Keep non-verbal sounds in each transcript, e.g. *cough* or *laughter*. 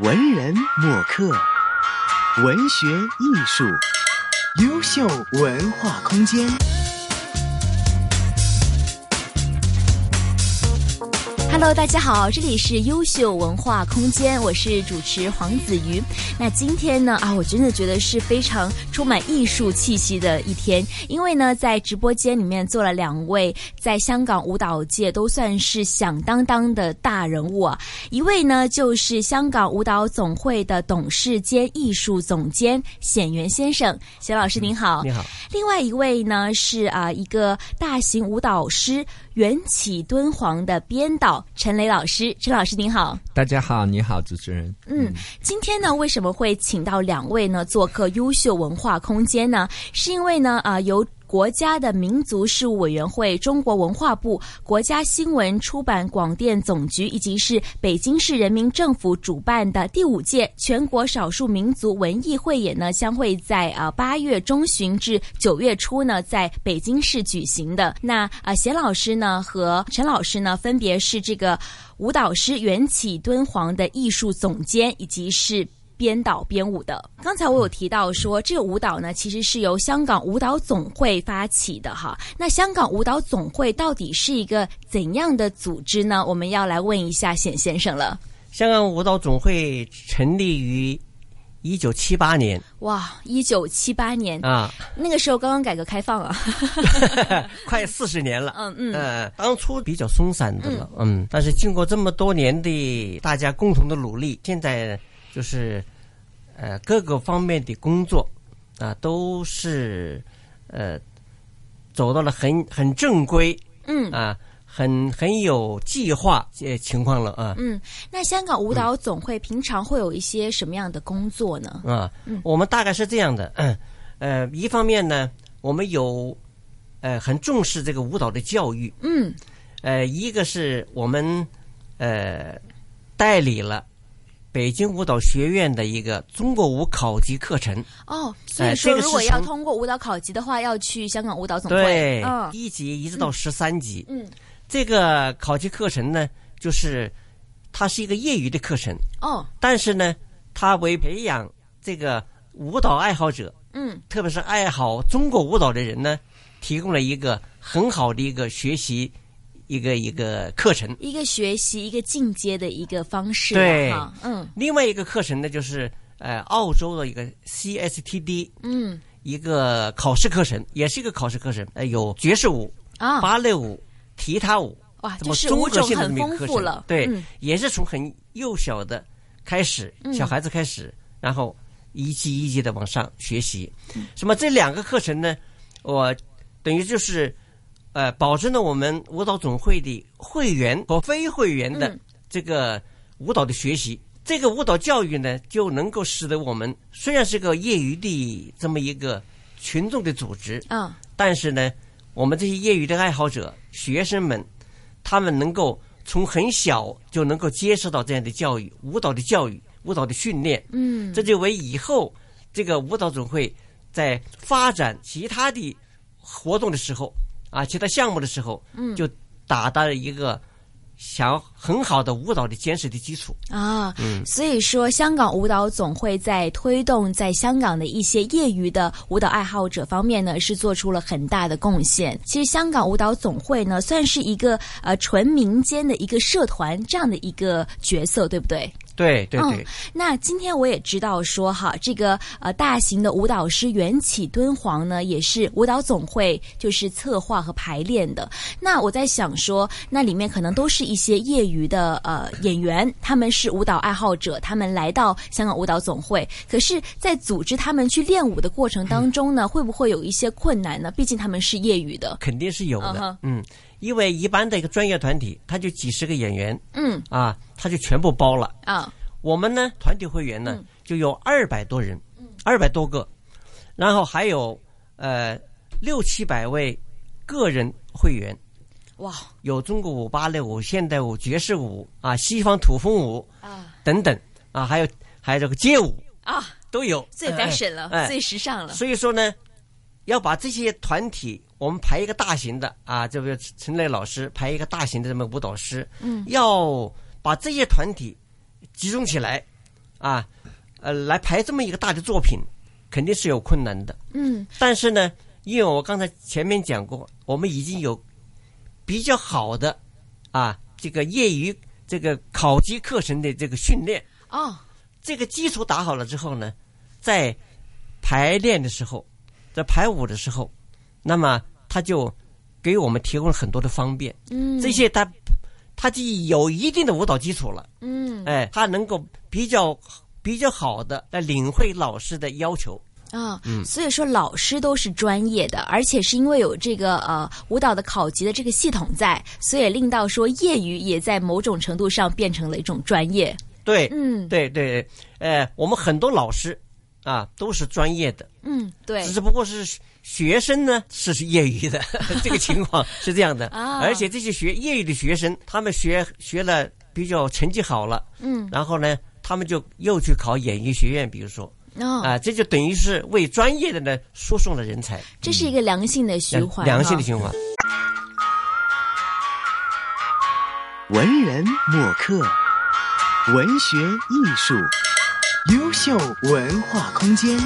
文人墨客，文学艺术，优秀文化空间。 Hello，大家好，这里是优秀文化空间，我是主持黄子瑜。那今天呢啊，我真的觉得是非常充满艺术气息的一天，因为呢，在直播间里面坐了两位在香港舞蹈界都算是响当当的大人物啊。一位呢就是香港舞蹈总会的董事兼艺术总监显元先生，显老师您好，你好，另外一位呢是啊一个大型舞蹈师缘起敦煌的编导陈雷老师，陈老师您好。大家好，你好，主持人。嗯，今天呢，为什么会请到两位呢做客优秀文化空间呢？是因为呢，啊、由国家的民族事务委员会、中国文化部、国家新闻出版广电总局以及是北京市人民政府主办的第五届全国少数民族文艺汇演呢，将会在啊八、月中旬至九月初呢，在北京市举行的。那啊、呃贤老师呢和陈老师呢，分别是这个。舞蹈师缘起敦煌的艺术总监，以及是。编导编舞的。刚才我有提到说，这个舞蹈呢，其实是由香港舞蹈总会发起的哈。那香港舞蹈总会到底是一个怎样的组织呢？我们要来问一下显先生了。香港舞蹈总会成立于一九七八年哇，一九七八年、啊， *laughs* 那个时候刚刚改革开放啊，快四十年了。嗯嗯呃，当初比较松散的了，嗯，但是经过这么多年的大家共同的努力，现在就是呃各个方面的工作啊、都是呃走到了很很正规嗯啊、很很有计划呃情况了啊。嗯。那香港舞蹈总会平常会有一些什么样的工作呢？啊，嗯我们大概是这样的，呃，一方面呢，我们有呃很重视这个舞蹈的教育，嗯呃，一个是我们呃代理了北京舞蹈学院的一个中国舞考级课程，哦，所以哎说这个如是果要从通过舞蹈考级的话，要去香港舞蹈总会。对，嗯一级一直到十三级，嗯，这个考级课程呢，就是它是一个业余的课程，哦，但是呢，它为培养这个舞蹈爱好者。嗯特别是爱好中国舞蹈的人呢，提供了一个很好的一个学习一个一个课程。一个学习一个进阶的一个方式了对哈，嗯另外一个课程呢，就是呃澳洲的一个 CSTD 嗯一个考试课程，也是一个考试课程，呃有爵士舞、啊，芭蕾舞、踢踏舞，哇，这就么是综舞合种性的这很么一丰个课富程了，对，嗯也是从很幼小的开始，小孩子开始，然后一级一级的往上学习。嗯那么这两个课程呢，我等于就是呃，保证了我们舞蹈总会的会员和非会员的嗯这个舞蹈的学习。这个舞蹈教育呢，就能够使得我们虽然是个业余的这么一个群众的组织，嗯但是呢，我们这些业余的爱好者、学生们，他们能够从很小就能够接受到这样的教育、舞蹈的教育、舞蹈的训练，嗯这就为以后这个舞蹈总会在发展其他的活动的时候啊，其他项目的时候，嗯，就打到了一个想很好的舞蹈的坚实的基础。啊，嗯所以说香港舞蹈总会在推动在香港的一些业余的舞蹈爱好者方面呢，是做出了很大的贡献。其实香港舞蹈总会呢，算是一个呃纯民间的一个社团这样的一个角色，对不对？对对对。嗯，那今天我也知道说哈，这个呃大型的舞蹈师缘起敦煌呢，也是舞蹈总会就是策划和排练的。那我在想说，那里面可能都是一些业余的呃演员，他们是舞蹈爱好者，他们来到香港舞蹈总会，可是，在组织他们去练舞的过程当中呢，会不会有一些困难呢？毕竟他们是业余的。肯定是有嗯哼的，嗯，因为一般的一个专业团体，他就几十个演员，嗯啊，他就全部包了。啊我们呢，团体会员呢，就有二百多人，二百多个，然后还有呃六七百位个人会员，哇有中国舞、芭蕾舞、现代舞、爵士舞啊、西方土风舞啊等等啊，还有还有这个街舞啊！都有，最哎 fashion 了，哎最时尚了。所以说呢，要把这些团体，我们排一个大型的啊，这个陈磊老师排一个大型的这么舞蹈师，嗯，要把这些团体集中起来，啊，呃，来排这么一个大的作品，肯定是有困难的。嗯但是呢，因为我刚才前面讲过，我们已经有比较好的啊这个业余这个考级课程的这个训练，哦，这个基础打好了之后呢，在排练的时候，在排舞的时候，那么他就给我们提供了很多的方便。嗯，这些他他既有一定的舞蹈基础了，嗯哎，他能够比较比较好的来领会老师的要求。啊，嗯所以说老师都是专业的，而且是因为有这个呃舞蹈的考级的这个系统在，所以令到说业余也在某种程度上变成了一种专业。对，嗯对对，呃，我们很多老师啊都是专业的，嗯，对只，不过是学生呢是业余 *laughs* 的，这个情况是这样的。啊而且这些学业余的学生，他们学学了比较成绩好了，嗯然后呢，他们就又去考演艺学院，比如说哦，啊，这就等于是为专业的呢输送了人才，这是一个良性的循良环，嗯啊良性哈的循环。文人墨客，文学艺术，优秀文化空间。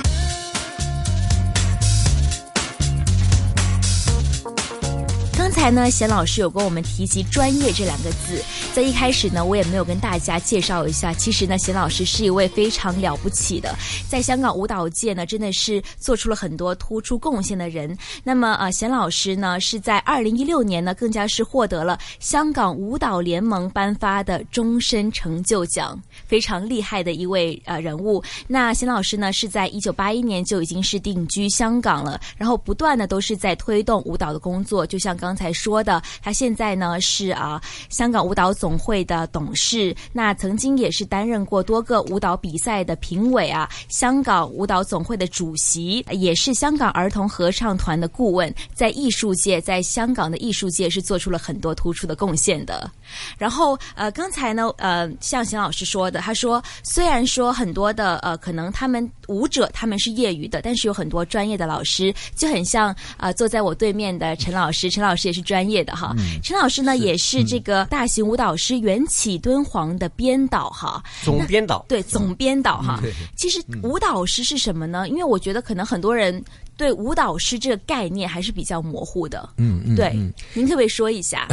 刚才呢，贤老师有跟我们提及“专业”这两个字，在一开始呢，我也没有跟大家介绍一下。其实呢，贤老师是一位非常了不起的，在香港舞蹈界呢，真的是做出了很多突出贡献的人。那么，呃，贤老师呢，是在二零一六年呢，更加是获得了香港舞蹈联盟颁发的终身成就奖，非常厉害的一位呃人物。那贤老师呢，是在一九八一年就已经是定居香港了，然后不断的都是在推动舞蹈的工作。就像刚才说的，他现在呢是啊香港舞蹈总会的董事，那曾经也是担任过多个舞蹈比赛的评委啊，香港舞蹈总会的主席，也是香港儿童合唱团的顾问，在艺术界，在香港的艺术界是做出了很多突出的贡献的。然后呃，刚才呢，呃，像邢老师说的，他说虽然说很多的呃，可能他们舞者他们是业余的，但是有很多专业的老师，就很像呃坐在我对面的陈老师，陈老师也是专业的哈。嗯陈老师呢也是这个大型舞蹈师缘起敦煌的编导哈。总编导对，总编导哈。嗯其实舞蹈师是什么呢？因为我觉得可能很多人对舞蹈师这个概念还是比较模糊的。嗯嗯，对，嗯您可不可以说一下？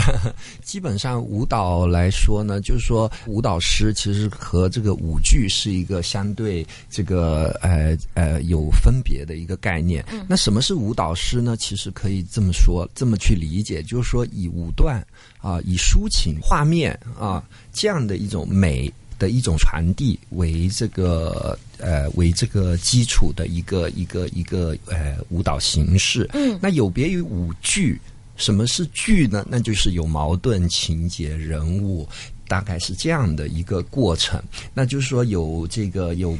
基本上舞蹈来说呢，就是说舞蹈师其实和这个舞剧是一个相对这个呃呃有分别的一个概念。那什么是舞蹈师呢？其实可以这么说，这么去理解，就是说以舞段啊、以抒情、画面啊、这样的一种美。的一种传递为这个呃为这个基础的一个一个一个呃舞蹈形式，嗯那有别于舞剧，什么是剧呢？那就是有矛盾、情节、人物，大概是这样的一个过程。那就是说有这个有。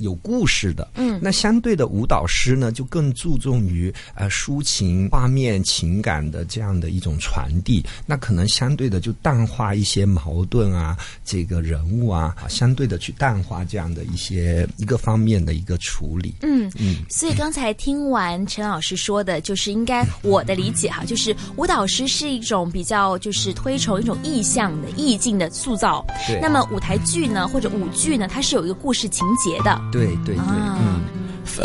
有故事的，嗯那相对的舞蹈师呢，就更注重于呃抒情、画面、情感的这样的一种传递。那可能相对的就淡化一些矛盾啊，这个人物啊，相对的去淡化这样的一些一个方面的一个处理。嗯，所以刚才听完陈老师说的，就是应该我的理解哈，就是舞蹈师是一种比较就是推崇一种意象的意境的塑造。对那么舞台剧呢，或者舞剧呢，它是有一个故事情节的。对对对，啊嗯，，